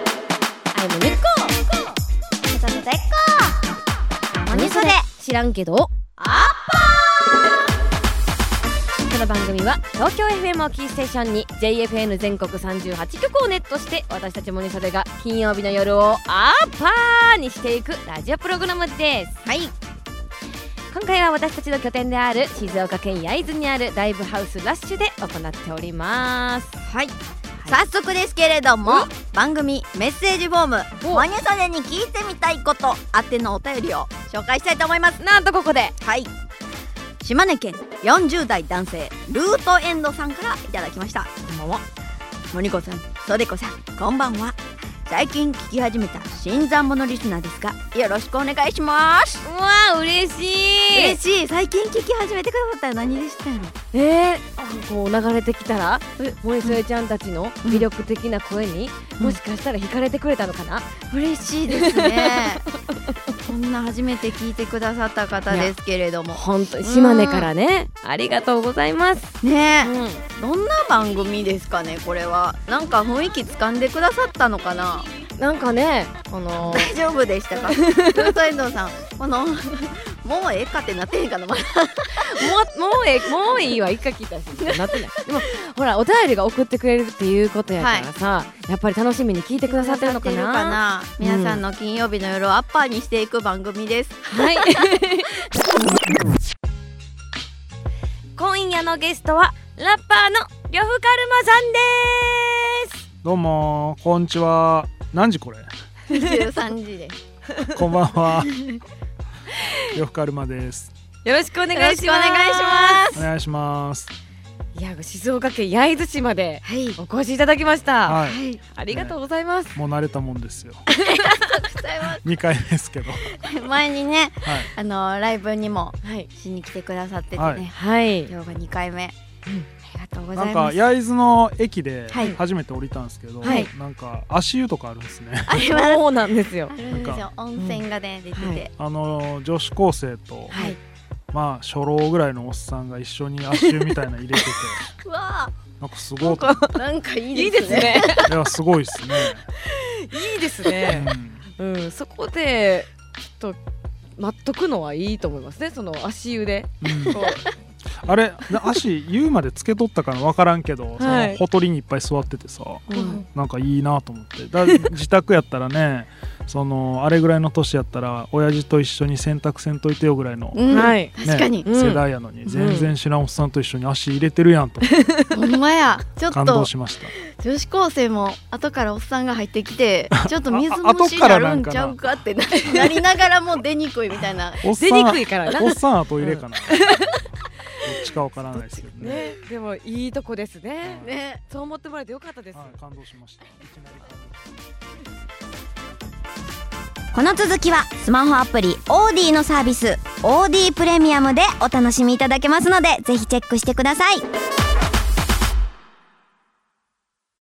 あいもねっこめちゃめちゃいっこ何それ知らんけどアッこの番組は東京 FM をキーステーションに JFN 全国38局をネットして私たちモニソレが金曜日の夜をアッパーにしていくラジオプログラムですはい今回は私たちの拠点である静岡県焼津にあるライブハウスラッシュで行っておりますはい早速ですけれども、う番組メッセージフォームおマニュサネに聞いてみたいことあてのお便りを紹介したいと思いますなんとここではい島根県40代男性ルートエンドさんからいただきましたこんばんはモニコさんソデコさんこんばんは最近聞き始めた新参者リスナーですがよろしくお願いしますうわー嬉しい嬉しい最近聞き始めてくださったら何でしたやろえー、こう流れてきたら森添ちゃんたちの魅力的な声に、うんもしかしたら惹かれてくれたのかな、嬉しいですねこんな初めて聞いてくださった方ですけれども本当に島根からねありがとうございます、ねうえ、ん、どんな番組ですかねこれはなんか雰囲気掴んでくださったのかななんかねあのー大丈夫でしたかルートエンドさんこのもうええかってなってへんかなまだもうもうええもういいわ一回聞いたしなってないでもほらお便りが送ってくれるっていうことやからさ、やっぱり楽しみに聞いてくださってるのかなくださってるかな皆さんの金曜日の夜をアッパーにしていく番組ですはい 今夜のゲストはラッパーの呂布カルマさんですどうもーこんにちは何時 これ13時ですこんばんはよふかるまですよろしくお願よろいししくお願いしまますお願いしますす。いや、静岡県焼津市まではいお越しいただきました。はいありがとうございます。いもう慣れたもんですよございま2回目ですけどはいす前にねあのライブにもはい。しに来てくださっててね、はいはい。今日が2回目、ありがとうござなんいまかす焼津の駅ではい初めて降りたんですけど、はいなんか足湯とかあるんですねありますそうなんですよあ。るんですなよ温泉がね出てて、はいあのー女子高生と、はい。まあ初老ぐらいのおっさんが一緒に足湯みたいなの入れ ててうわなんかすごいーなんかいいいいでですすねね。いやすごいですね、いいですうね。んうん、そこでちょっと待っとくのはいいと思いますね。その足湯で。うんあれな足湯までつけとったかな分からんけど、はいそのほとりにいっぱい座っててさうんなんかいいなと思ってだ自宅やったらね そのあれぐらいの年やったら親父と一緒に洗濯せんといてよぐらいの、ねうんはい確かに、うん世代やのに、全然知らんおっさんと一緒に足入れてるやんと思ってほんまやちょっ感動としました女子高生も後からおっさんが入ってきてちょっと水 ああ虫後にかならるなんんかなちゃうかってななりながらも出にくいみたいなおっさ出にくんいからな。おっさん後入れかなどっちかわからないです けどねね、でもいいとこですね。ねそう思ってもらえてよかったです。はい、感動しましたいきなり感動この続きはスマホアプリオーディのサービスオーディプレミアムでお楽しみいただけますのでぜひチェックしてください